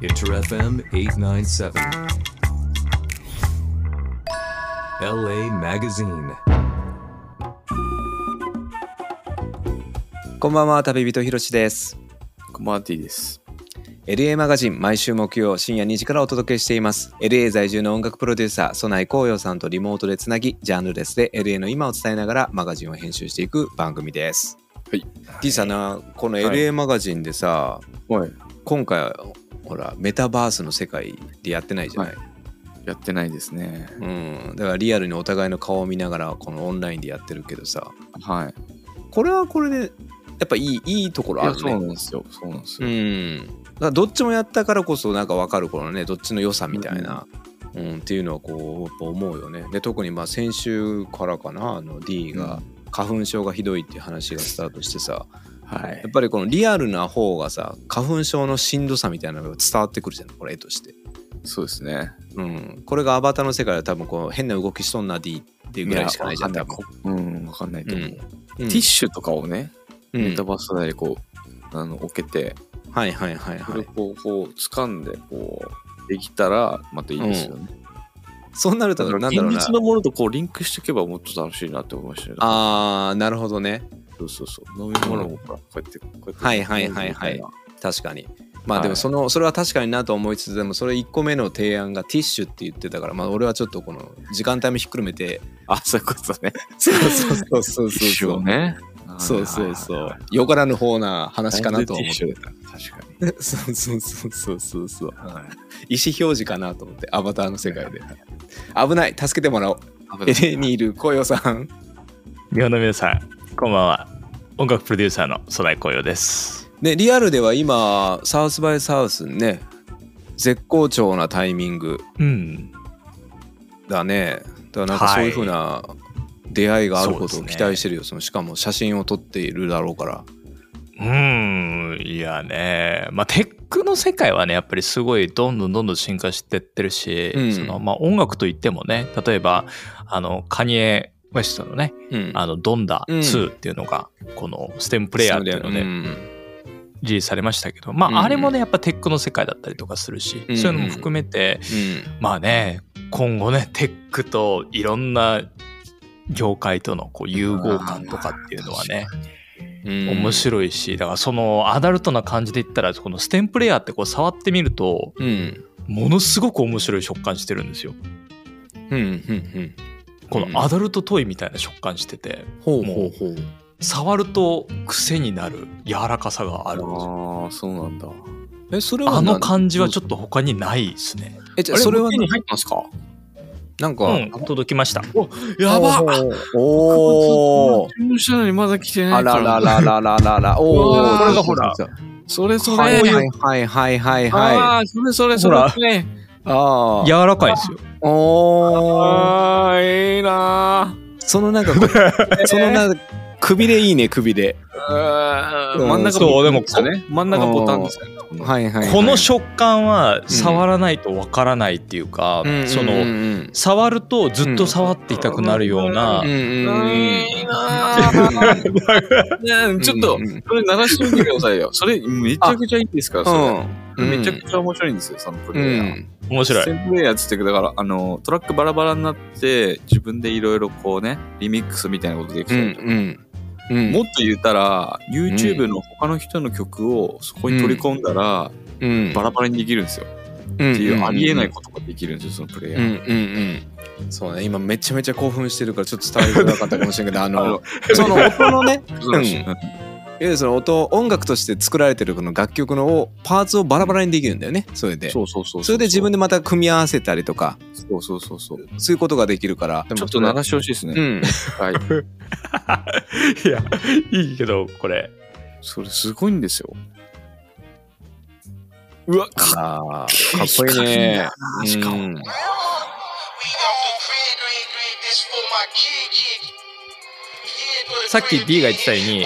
Inter FM 897. LA Magazine. こんばんは旅人ひろしですコマーティです。 LA マガジン毎週木曜深夜2時からお届けしています LA 在住の音楽プロデューサー曽内光陽さんとリモートでつなぎジャンルレスで LA の今を伝えながらマガジンを編集していく番組ですはい。 D さんなこのはい LA マガジンでさ、はい。今回ほらメタバースの世界でやってないじゃない、やってないですね。うん、だからリアルにお互いの顔を見ながらこのオンラインでやってるけどさはい。これはこれでやっぱいいいいところいあやるそうねなんですよ。そうなんですうよ。ん、だからどっちもやったからこそなんか分かるこのねどっちの良さみたいな、うんっていうのはこうやっぱ思うよねで特にまあ先週からかなあの D が花粉症がひどいっていう話がスタートしてさはやいっ。ぱりこのリアルな方がさ花粉症のしんどさみたいなのが伝わってくるじゃんこれ絵として、そうですね。うん、これがアバターの世界では多分こう変な動きしとんな D っていうぐらいしかないじゃんいや多わ分かんないうん、わかんないと思う。うテんティッシュとかをね、ュメタバース内でこう、あの、置けて、はいはいはいそはれをいこう、こう、掴んで、こう、できたら、またいいですよね。そうなるとなんだろう現な実のものとこう、リンクしておけばもっと楽しいなって思いましたね。あーなるほどねそうそうそう。飲み物もほら、こうやって、こうやって。はいはいはいはい確かにまあはいでもその、それは確かになと思いつつでもそれ1個目の提案がティッシュって言ってたからまあ俺はちょっとこの時間帯もひっくるめてあ、そういうことね。そうそうそうそう一そ緒うね。そうそうそはいうよからぬ方な話かなとは思っ完全てに一緒だった確かに。そうそうそうそうそうそうはい意思表示かなと思ってアバターの世界で危ない助けてもらおうエレにいるコヨさん日本の皆さんこんばんは音楽プロデューサーの空井光陽ですねリアルでは今サウスバイサウスね絶好調なタイミングうんだねだからなんかそういうふうな出会いがあることそをうです期ね待してるよそのしかも写真を撮っているだろうからうーんいやねまあテックの世界はねやっぱりすごいどんどんどんどん進化してってるし、うんそのまあ音楽といってもね例えばあのカニエ・ウェストのねうんあのドンダうん2っていうのが、このステムプレイヤーっていうのでうんリリースされましたけど、まうんああれもねやっぱテックの世界だったりとかするし、うんそういうのも含めて、まあね今後ねテックといろんな業界とのこう融合感とかっていうのはねうん面白いしだからそのアダルトな感じで言ったらこのステンプレイヤーってこう触ってみるというんものすごく面白い食感してるんですようんうんうんこのアダルトトイみたいな食感しててほうもほううほう触ると癖になる柔らかさがあるんですよああ、そうなんだ。えそれはあなの感じはちょっと他にないですねえじゃあそれは手に入ってますかなんうか、ん届きましたやばおお注文したのにまだ来てなあいからら。ららららららおうおわーこれがほらそれそれ。はいはいはいはいはいああ、それそれそほれら。それあ柔らかいですよあおおああ、いいなそのなんか そのなんかくびれいいねくびれー。ううんーん真ん中そうでもボタンですよね。真ん中ボタンですよね。はいはいはいこの食感は触らないとわからないっていうか、うんうんうんうんその触るとずっと触っていたくなるような、うんうんううんーん、いいなーねえ ちょっと、それ鳴らしてみてくださいよ。それ、めちゃくちゃいいですから、それ。めちゃくちゃ面白いんですよ、そのプうレイヤー。ん面白い。センプレイヤーっつってだからあのトラックバラバラになって自分でいろいろこうねリミックスみたいなことできうたりんとか、うんうんもっと言ったら YouTube の他の人の曲をそこに取り込んだら、うんバラバラにできるんですよ、っっていうありえないことができるんですよそのプレイヤうんー、うんうんそうね今めちゃめちゃ興奮してるからちょっと伝わりづらかったかもしれないけどああののその音のね素晴らしいうんいわゆるその音音楽として作られてるこの楽曲のをパーツをバラバラにできるんだよねそれでそうそうそうそれで自分ででまた組み合わせたりとかそうそうそうそうそういうことができるからちょっと鳴らしてほしいですね、うんはいいや、いいけど、これ。それすごいんですようわかっあーけかっこ光るいいねんだよなしかも、うんさっき D が言ってたように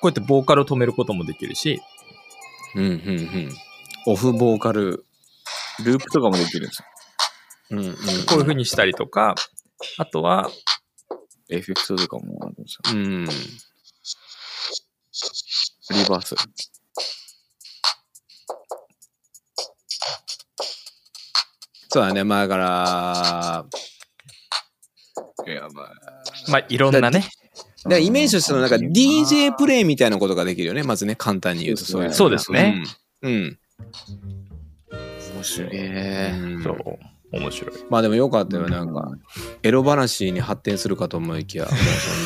こうやってボーカルを止めることもできるし、うんうんうんオフボーカルループとかもできるんですようんうんこういう風にしたりとか、あとは、エフェクトとかもあるんですようんリバースそうだね、まあだから、やばい。まあいろんなね。だからイメージとしてのなんか DJ プレイみたいなことができるよね、まずね、簡単に言うとそういう。そうですね。うん。うん。面白い。えそう。面白い。まあでもよかったよ、なんか、エロ話に発展するかと思いきや、もう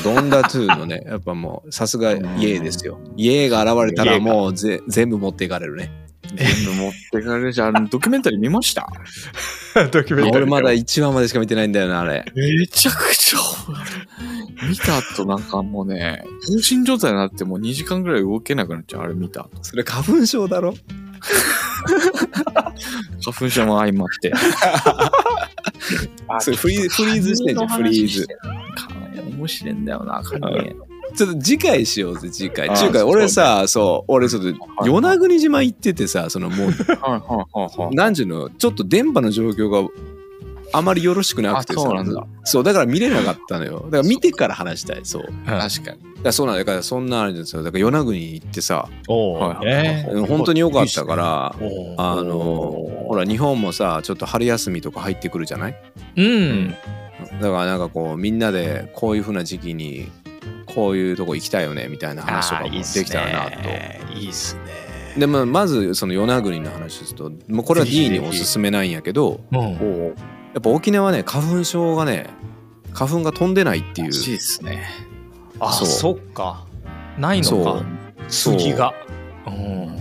そのドンダトゥーのね、 やっぱもう、さすがイエーですよ。イエーが現れたらもうぜ全部持っていかれるね。全部持ってかれるじゃん。あ のドキュメンタリー見ました ドキュメンタリー俺まだ1話までしか見てないんだよな、あれ。めちゃくちゃ見た後なんかもうね、放心状態になってもう2時間ぐらい動けなくなっちゃう。あれ見た後。それ花粉症だろ花粉症も相ま って。それフリーフリーズしてんじゃん、フリーズ。。面白いんだよな、カニエ。ちょっと次回しようぜ、次回。あー中華、そう俺さ、そう、俺ちょっと、与那国島行っててさ、そ のもう、はいはいはいはい。何時の、ちょっと電波の状況があまりよろしくなくてさ、あそうなんだそうだから見れなかったのよ。だから見てから話したい、そう。だうん確かに。からそうなんだだから、そんなあれですよ。だから、与那国行ってさ、おはいーはいはいね本当に良かったから、おーあの、ほら、日本もさ、ちょっと春休みとか入ってくるじゃないうん。だからなんかこうみんなでこういう風な時期にこういうとこ行きたいよねみたいな話とかあもーいいでっすねきたらなと。いいっすね。でまあまずその与那国の話ですともうこれは D におすすめないんやけどうん。やっぱ沖縄ね花粉症がね花粉が飛んでないっていう欲しいっすね。あ、そうそっか。ないのそかう。そう次が。う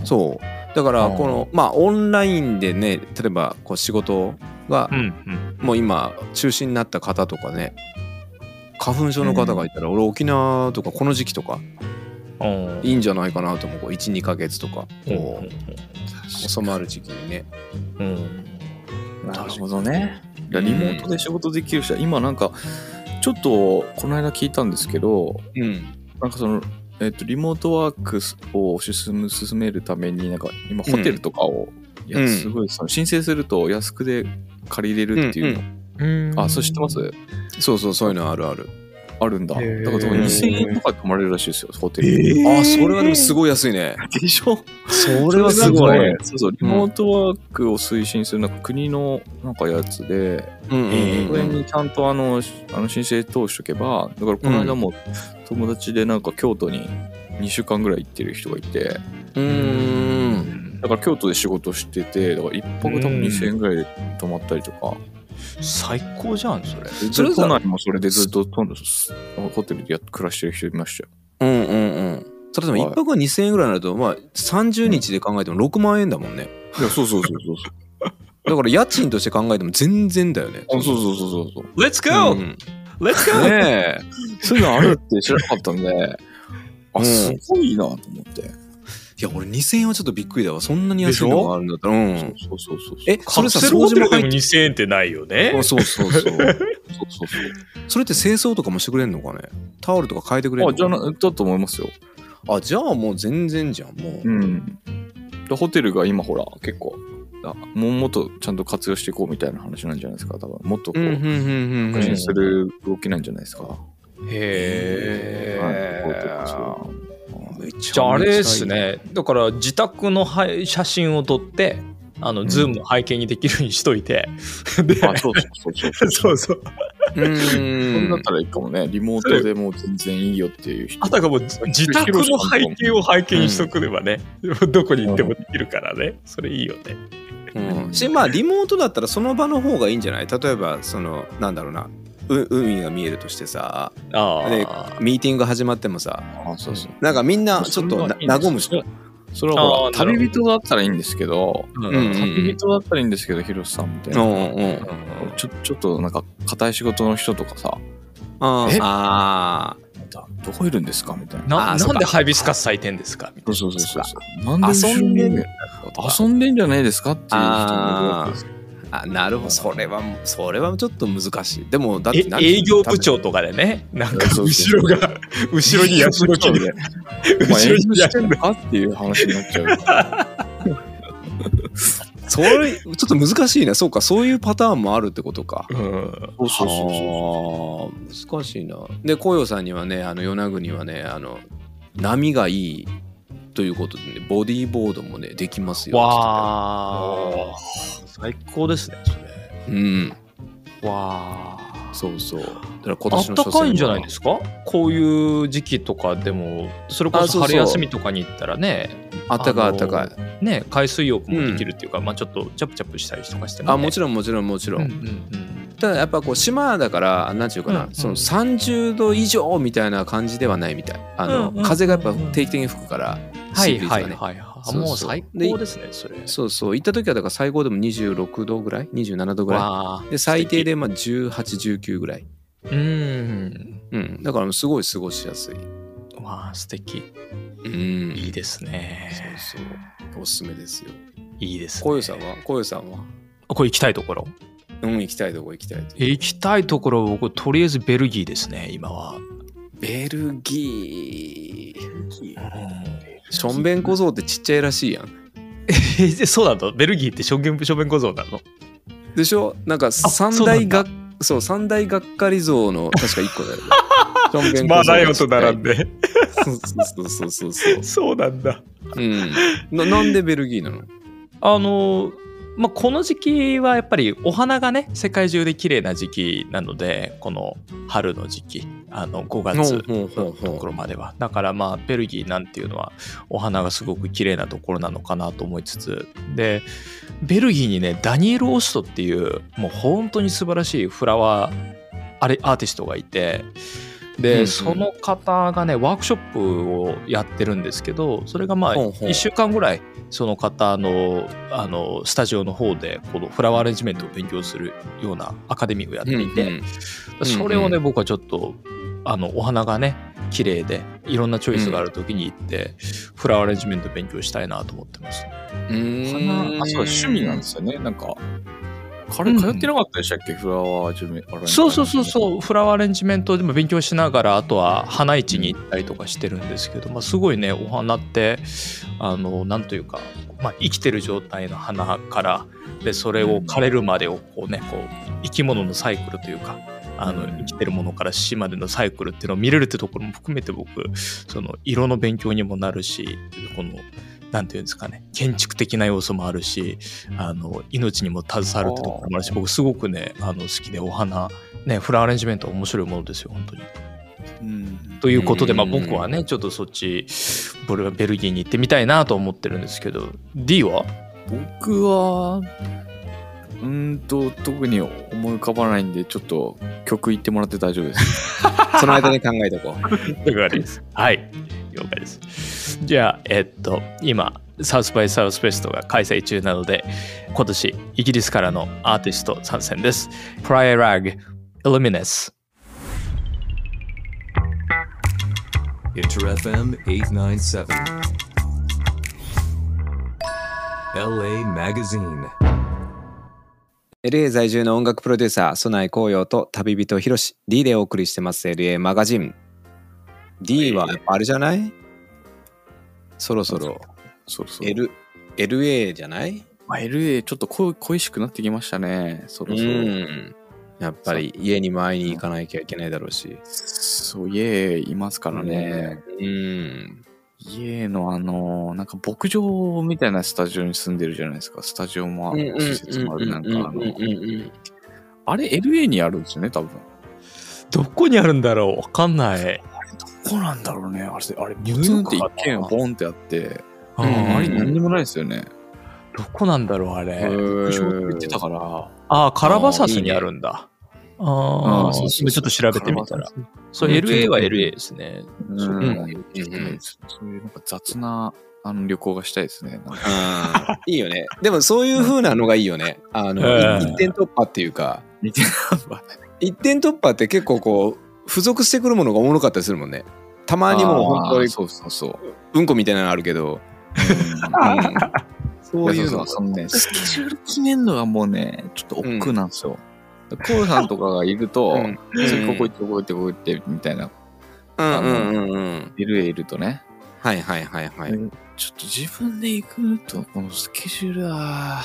ん。そうだからこのまあオンラインでね例えばこう仕事がうんうん。もう今中止になった方とかね花粉症の方がいたら俺沖縄とかこの時期とかおーいいんじゃないかなと思うこう12ヶ月とかうんこう収まる時期にねうんうんなるほどね。だからリモートで仕事できる人は、今なんか、ちょっと、この間聞いたんですけど、うんなんかその、えっと、リモートワークを進む進めるために、なんか今ホテルとかを、いやうんすごい、その申請すると安くで借りれるっていうの。うんあ、それ知ってますそうそうそういうのあるあるあるんだ。だへからー多分2000円とかで泊まれるらしいですよ、ホテル。あーそれはでもすごい安いねでしょそそれはすごいれは。そうそう、リモートワークを推進するなんか国のなんかやつで、すごいうんうんこうれんにちゃんとあのしあの申請通しとけば、だからこの間も友達でなんか京都に2週間ぐらい行ってる人がいて、うーんだから京都で仕事してて、だから一泊多分2000円ぐらいで泊まったりとか、最高じゃん、それ。それでさ都内もそれでずっと都内ホテルでやっ暮らしてる人いましたよ。うんうんうんそれでもはい1泊が2000円ぐらいになるとまあ30日で考えても6万円だもんねいや、そうそうそうそうそう。だから家賃として考えても全然だよね あそうそうそうそうそう。 Let's うん Let's ねえそういうのあるって知らなかったんで、うんあ、すごいなと思って。いや俺2000円はちょっとびっくりだわそんなに安いのがあるんだったらうんそうそうそうそう。えそカれプさセル掃ホテ除もルで入もっ2000円ってないよねあ。そうそうそう そうそうそう。それって清掃とかもしてくれんのかねタオルとか変えてくれるあ、のじゃかあなな、だと思いますよ。あじゃあもう全然じゃんもう、うん。でホテルが今ほら、結構、あもうもっとちゃんと活用していこうみたいな話なんじゃないですか、多分。もっとこうんうんう、うんうんう促ん進する動きなんじゃないですか。へはいこういうとこーそうめちじゃああれですねだから自宅のはい写真を撮ってあの、んズームの背景にできるようにしといてであ、そうそう そうそう。そうそうう それんだったらいいかもね。リモートでもう全然いいよっていう人。あたかも自自宅の背景を背景にしとくればね、どこに行ってもできるからねそれいいよねうんしまあリモートだったらその場の方がいいんじゃない例えばそのなんだろうなう海が見えるとしてさあであミーティング始まってもさあ、そうそう。なんかみんなちょっとな和むし人。それはほあーら、なるほど旅人だったらいいんですけど、うんうん旅人だったらいいんですけど、ヒロシさんみたいうな。んうんちょちょっとなんか硬い仕事の人とかさあーえあだどこいるんですかみたいななあーそっかなんでハイビスカス咲いてんですかみたいそうそうそうそうなんで一緒に遊んでる遊んでんじゃないですかっていう人もいるわけですよーあなるほどそれはそれはちょっと難しいでもだっなてえなん営業部長とかでねなんかそうそう後そうろが後ろにヤシの木でお前後ろ営業にヤしシてんののかっていう話になっちゃうからそれちょっと難しいねそうかそういうパターンもあるってことか木うんそうそうそうそうあー難しいなで紅葉さんにはねあの与那国はねあの波がいいということでねボディーボードもねできますよわあ最高ですねそれうん、わあ。そうそう。だから今あっ年のた初戦かいんじゃないですすかこういう時期とかでもそれこあそうそそう春休みとかに行ったらねか。あったかいああっのたかい。ね海水浴もできるっていうか、まあちょっとチャプチャプしたりとかしても、ね、あもちろんもちろんもちろん。うんうんただやっぱこう島だからなんていうかな、うんその30度以上みたいな感じではないみたい。あの、うんうんうん風がやっぱ定期的に吹くから。うんはいはい CP はいとかねはいあそうそうもう最高ですねそれそうそう行った時はだから最高でも26度ぐらい27度ぐらわあいで最低でまあ1819ぐらい、素敵うんうん、だからすごい過ごしやすい、わあ素敵うん、いいですねそうそうおすすめですよいいですねこよさんはこよさんはあこれ行きたいところうん行きたいとこ行きたいとこ行きたいところは僕とりあえずベルギーですね今はベルギーションベン小僧ってちっちゃいらしいやんえ そうなのベルギーって証言証言小僧なのでしょなんか三そうなん大だがそう三大がっかり像の確か一個だ よねションベン小僧ででそうそうそうそうそう そうなんだうんななんでベルギーなのあのまあこの時期はやっぱりお花がね世界中で綺麗な時期なのでこの春の時期あの5月ほうほうほうほのうところまではだからまあベルギーなんていうのはお花がすごく綺麗なところなのかなと思いつつでベルギーにねダニエル・オーストっていうもう本当に素晴らしいフラワーあれアーティストがいてで、うんうんその方がねワークショップをやってるんですけどそれがまあほうほう1週間ぐらいその方のあのスタジオの方でこのフラワーアレンジメントを勉強するようなアカデミーをやっていて、うんうんそれをうんね、う僕はちょっとあのお花がね綺麗でいろんなチョイスがある時に行って、フラワーアレンジメント勉強したいなと思ってます、うーん花あそうだ趣味なんですよねなんか彼うん通ってなかったでしたっけ、フラワージュメあれそうそうそうそうフラワーアレンジメントでも勉強しながらあとは花市に行ったりとかしてるんですけど、まあ、すごいねお花ってあのなんというか、まあ、生きてる状態の花からでそれを枯れるまでをこうねこう生き物のサイクルというかあの生きてるものから死までのサイクルっていうのを見れるってところも含めて僕その色の勉強にもなるしこのなんていうんですかね建築的な要素もあるしあの命にも携わるってところもあるし僕すごくねあの好きでお花ねフラワーアレンジメントは面白いものですよ本当に。うんということで、まあ、うんうんうん僕はねちょっとそっちブルベルギーに行ってみたいなと思ってるんですけど D は僕はうーんと特に思い浮かばないんでちょっと曲言ってもらって大丈夫です その間に考えとこう。了解です。はい、了解です。じゃあ、えっと、今、サウスバイサウスフェストが開催中なので、今年、イギリスからのアーティスト参戦です。プライラグ、イルミネス。 Inter FM 897. LA Magazine. LA 在住の音楽プロデューサー、ソナイ紅葉と旅人ヒロシ D でお送りしてます LA マガジン。D はやっぱあれじゃないそろそろそうそう、 L LA じゃないまあ、LA ちょっと恋恋しくなってきましたねそうろそろ、ん。やっぱり家に前に行かなきゃいけないだろうし。そう家いますからね、うん。家のあのなんか牧場みたいなスタジオに住んでるじゃないですかスタジオもある施設もあるなんかあのあれ LA にあるんですよね多分どこにあるんだろうわかんない。どこなんだろうねあれあれニニュューーヨーヨーククかってな一軒ボンってあってううんあんれ何にもないですよねどこなんだろう、あれ。牧場って言ってたからああ、カラバサスにあるんだ。あうあ、んそうそうちょっと調べてみたら。そう、LA は LA ですね。うんそううんうんそういうなんか雑なあの旅行がしたいですねなんかあーいいよね。でもそういう風なのがいいよね。あの、うんい一点突破っていうか、似て一点突破って結構こう、付属してくるものがおもろかったりするもんね。たまにもう本当にそうそうそううんこみたいなのあるけ ど、いやそそうそうそのね、スケジュール決めるのがもうね、ちょっと億劫なんですよ。コウさんとかがいると、うん次ここ行って、ここ行って、ここ行って、みたいな、うんうんうんうん。 LA いるとね、はいはいはいはい。ちょっと自分で行くと、このスケジュールは、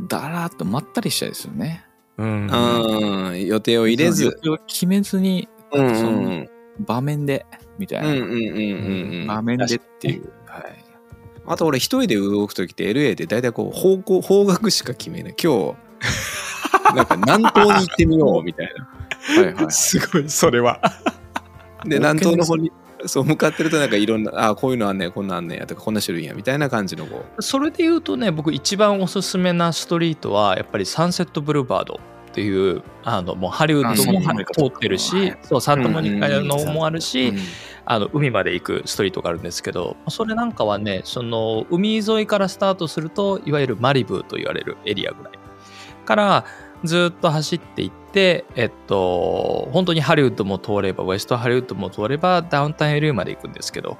だらーっとまったりしたいですよね。うんうん、予定を入れず。。決めずに、うんうそんうのん。場面で、みたいうんな。うんうんう場ん。面でっていう。はい。あ と俺一人で動くときって LA で大体こう方向、方角しか決めない。今日、なんか南東に行ってみようみたいな。はいはい。すごいそれはで南東の方にそう向かってるとなんかいろんなあこういうのあんねんこんなんあんねんやとかこんな種類やみたいな感じのこそれで言うとね僕一番おすすめなストリートはやっぱりサンセットブルーバードっていうあのもうハリウッドもあそうなんだ通ってるはしいそうサンタモニカのうんもあるし、あの海まで行くストリートがあるんですけどそれなんかはねその海沿いからスタートするといわゆるマリブーと言われるエリアぐらいからずっと走っていってえっと本当にハリウッドも通ればウエストハリウッドも通ればダウンタウン LA まで行くんですけど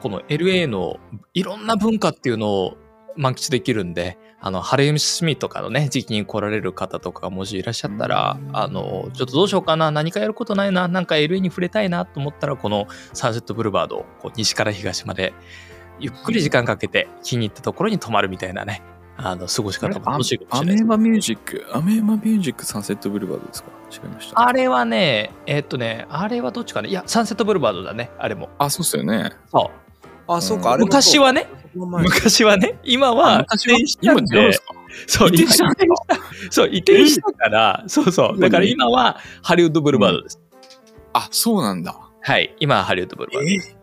この LA のいろんな文化っていうのを満喫できるんであのハレム・スミとかのね時期に来られる方とかがもしいらっしゃったらあのちょっとどうしようかな何かやることないななんか LA に触れたいなと思ったらこのサンセットブルバードをこう西から東までゆっくり時間かけて気に入ったところに泊まるみたいなねあの過ごしあれ方も楽しいかもアしれないでメすーバミュージック、アメーバミュージックサンセットブルーバードですか違いました。あれはねえっとねあれはどっちかねいやサンセットブルバードだねあれもあ、そうっすよね。そうあそうかあれ昔はね昔はね今は昔は移転した今ん違うんですかそう移転したんですかそう移転したからそうそうだから今はハリウッドブルバードです、あ、そうなんだ。はい今はハリウッドブルバードです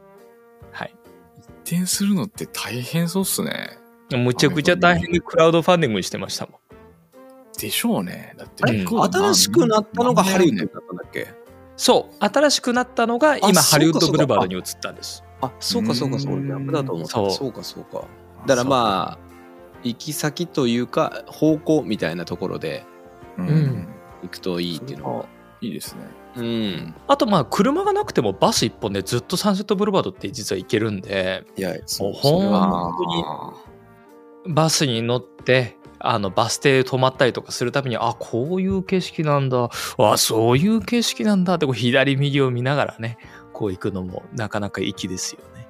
はい移転するのって大変そうっすね。むちゃくちゃ大変でクラウドファンディングしてましたもんでしょうね。だってあれ向こう何、新しくなったのがハリウッ何年ドだったんだっけそう新しくなったのが今あハそうかリウッドブルバードに移ったんですあそうかそうかそううーんか逆だと思ったそうそうかそうかだからまあ行き先というか方向みたいなところでうんうん行くといいっていうのははいいですね。うんあとまあ車がなくてもバス一本でずっとサンセットブルバードって実は行けるんでいやもうそれは本当にバスに乗ってあのバス停止まったりとかするたびにあこういう景色なんだあそういう景色なんだってこう左右を見ながらねこう行くのもなかなか粋ですよね。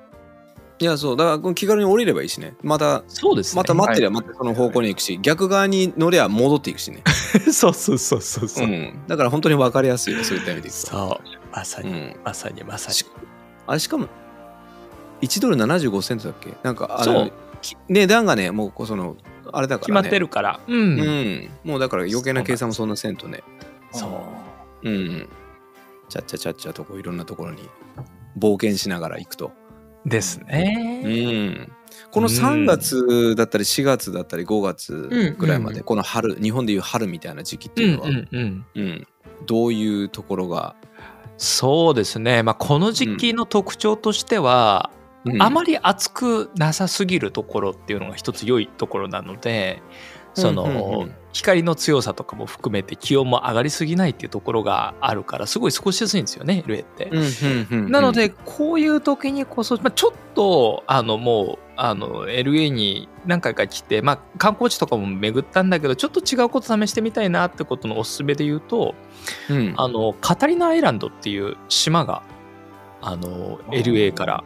いやそうだからこの気軽に降りればいいしねまたそうですね。また待ってりゃまたその方向に行くし逆側に乗りゃ戻っていくしねそうそうそうそう そうう。んだから本当に分かりやすいよそういった意味でいくとそうまさうに、んまさにまさしに。あれしかも1ドル75セントだっけなんかあそのうき値段がねもうこうそのあれだか決らまねってるから。ううんんもうだから余計な計算もそんなせんとねそううんうん。ちゃっちゃちゃっちゃとこういろんなところに冒険しながら行くと。ですうね。ん。このうん3月だったり4月だったり5んう月んぐらいまで、この春、日本でいう春みたいな時期ってうんいうのは、うんうん。うんどういうところが、そうですね、まあ、この時期の特徴としては、あまり、り暑くなさすぎるところっていうのが一つ良いところなのでその、うんうんうん光の強さとかも含めて気温も上がりすぎないっていうところがあるからすごい過ごしやすいんですよね LA って。うんうんうんうんなの、でこういう時にこそ、まあ、ちょっとあのもうあの LA に何回か来て、まあ、観光地とかも巡ったんだけどちょっと違うこと試してみたいなってことのおすすめで言うと、うんあのカタリナアイランドっていう島があの LA から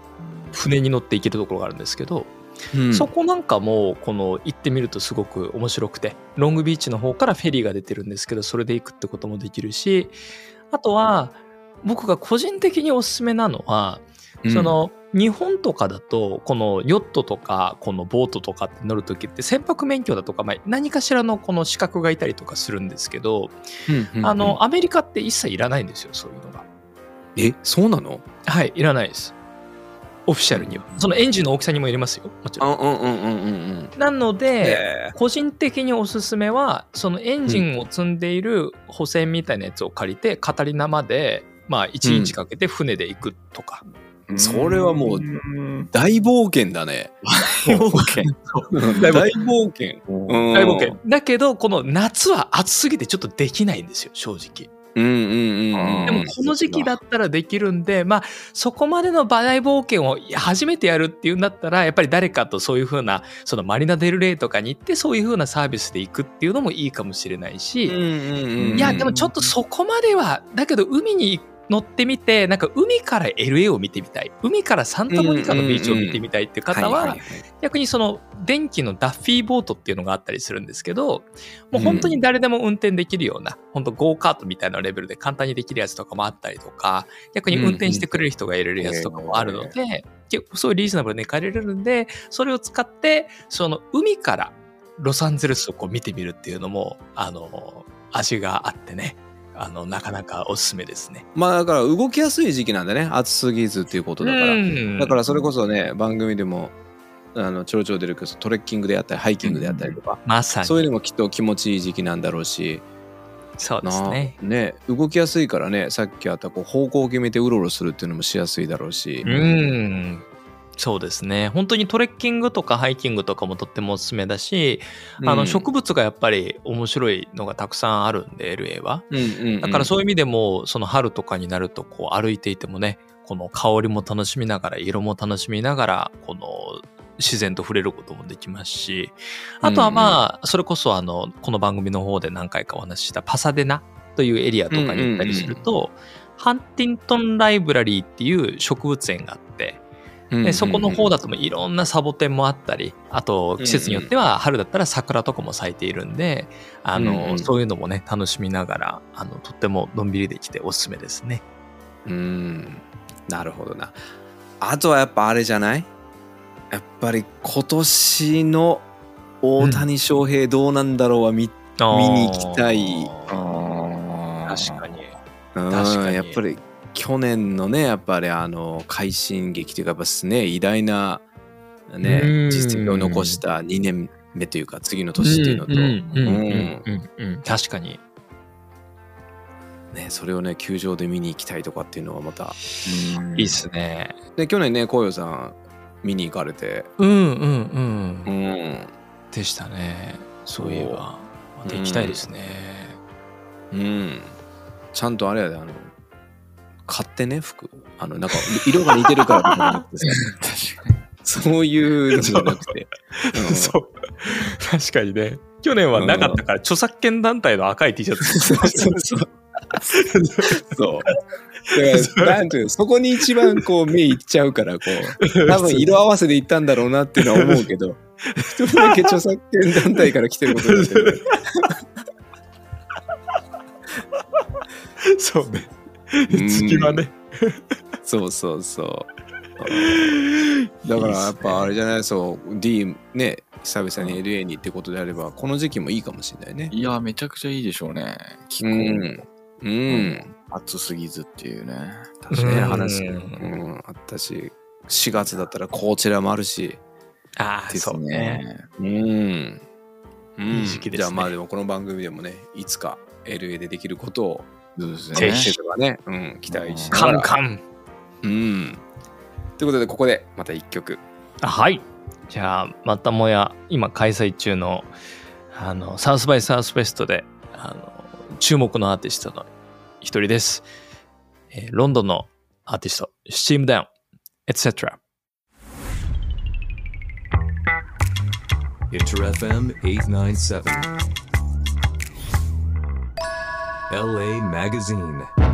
船に乗って行けるところがあるんですけうど、んそこなんかもこの行ってみるとすごく面白くてロングビーチの方からフェリーが出てるんですけどそれで行くってこともできるしあとは僕が個人的におすすめなのは、うんその日本とかだとこのヨットとかこのボートとかって乗る時って船舶免許だとか、まあ、何かしらのこの資格がいたりとかするんですけど、うんうんあの、アメリカって一切いらないんですよ、そういうのが。え、そうなのはい、いらないです。オフィシャルには。そのエンジンの大きさにもよりますよ、もちろん。うんうんうんうんうん。なので、え個人的におすすめは、そのエンジンを積んでいる補船みたいなやつを借りて、カタリナまで、まあ、1日かけて船で行くとか。うんそれはもううん大冒険だね。大大冒険。うん大冒険。だけど、この夏は暑すぎてちょっとできないんですよ、正直。うんうんうんうん。でもこの時期だったらできるんで、まあ、そこまでのバ大冒険を初めてやるっていうんだったらやっぱり誰かとそういう風なそのマリナ・デル・レイとかに行ってそういう風なサービスで行くっていうのもいいかもしれないし、いいやでもちょっとそこまではだけど海に乗ってみてなんか海から LA を見てみたい海からサンタモニカのビーチを見てみたいっていう方は逆にその電気のダッフィーボートっていうのがあったりするんですけどもう本当に誰でも運転できるような、本当ゴーカートみたいなレベルで簡単にできるやつとかもあったりとか逆に運転してくれる人がいるやつとかもあるので、結構そういうリーズナブルに借りれるんでそれを使ってその海からロサンゼルスをこう見てみるっていうのもあの味があってねあのなかなかおすすめですね。まあだから動きやすい時期なんだね暑すぎずっていうことだから、うんだからそれこそね番組でもあのちょろちょろ出るけどトレッキングであったりハイキングであったりとか、まさにそうそいううのもきっと気持ちいい時期なんだろうしでなすあね。動きやすいからねさっきあったこう方向を決めてうろうろするっていうのもしやすいだろうし、うんそうですね本当にトレッキングとかハイキングとかもとってもおすすめだし、あの植物がやっぱり面白いのがたくさんあるんで LA は。うんうんうんだからそういう意味でも、その春とかになるとこう歩いていてもねこの香りも楽しみながら色も楽しみながらこの自然と触れることもできますしあとはまあそれこそあのこの番組の方で何回かお話ししたパサデナというエリアとかに行ったりするとハンティントンライブラリーっていう植物園があってうんうんうでんそこの方だともいろんなサボテンもあったりあと季節によっては春だったら桜とかも咲いているんであうんうの、んそういうのもね楽しみながらあのとってものんびりできておすすめですね。うんなるほどなあとはやっぱあれじゃないやっぱり今年の大谷翔平どうなんだろうは見,、見に行きたいあー確かに。うん確かにやっぱり去年のねやっぱりあの快進撃というかやっぱすね偉大なうんね実績を残した2年目というか次の年っていうのと、うんうんうんうん確かに。ね、それをね球場で見に行きたいとかっていうのはまたいいっすね。で去年ね紅葉さん見に行かれてうんうんうん。んでしたね。そういえば。また行きたいですね。うんちゃんとあれやであの買ってね服あのなんか色が似てるからとかじゃな くてさそういうのじゃなくて、うんう。 確かにね。去年はなかったから、著作権団体の赤い T シャツ。そうそうそう。だから、なんていうのそこに一番こう目いっちゃうから、こ う、多分色合わせでいったんだろうなっていうのは思うけど、一人だけ著作権団体から来てることになってる。そうね。ん月はね。そうそう そう。だからやっぱあれじゃない、そう、D、ね、久々に LA にってことであれば、この時期もいいかもしれないね。いや、めちゃくちゃいいでしょうね。気う候もん。う。うん暑すぎずっていうね。確かに話ううんん、あったし、4月だったらこちらもあるし。ああ、ですねそうね。。うん。いい時期ですじねゃあまあでもこの番組でもね、いつか LA でできることを、そうですぜね。ひとかね、うん、期待しなカがンら。カン。うん。ということで、ここでまた一曲。あはい。じゃあ、またもや、今開催中の、あの、サウスバイサウスベストで、あの、注目のアーティストの一人です。えーロンドンのアーティスト、スチームダウン、etc。 InterFM 897. LA Magazine.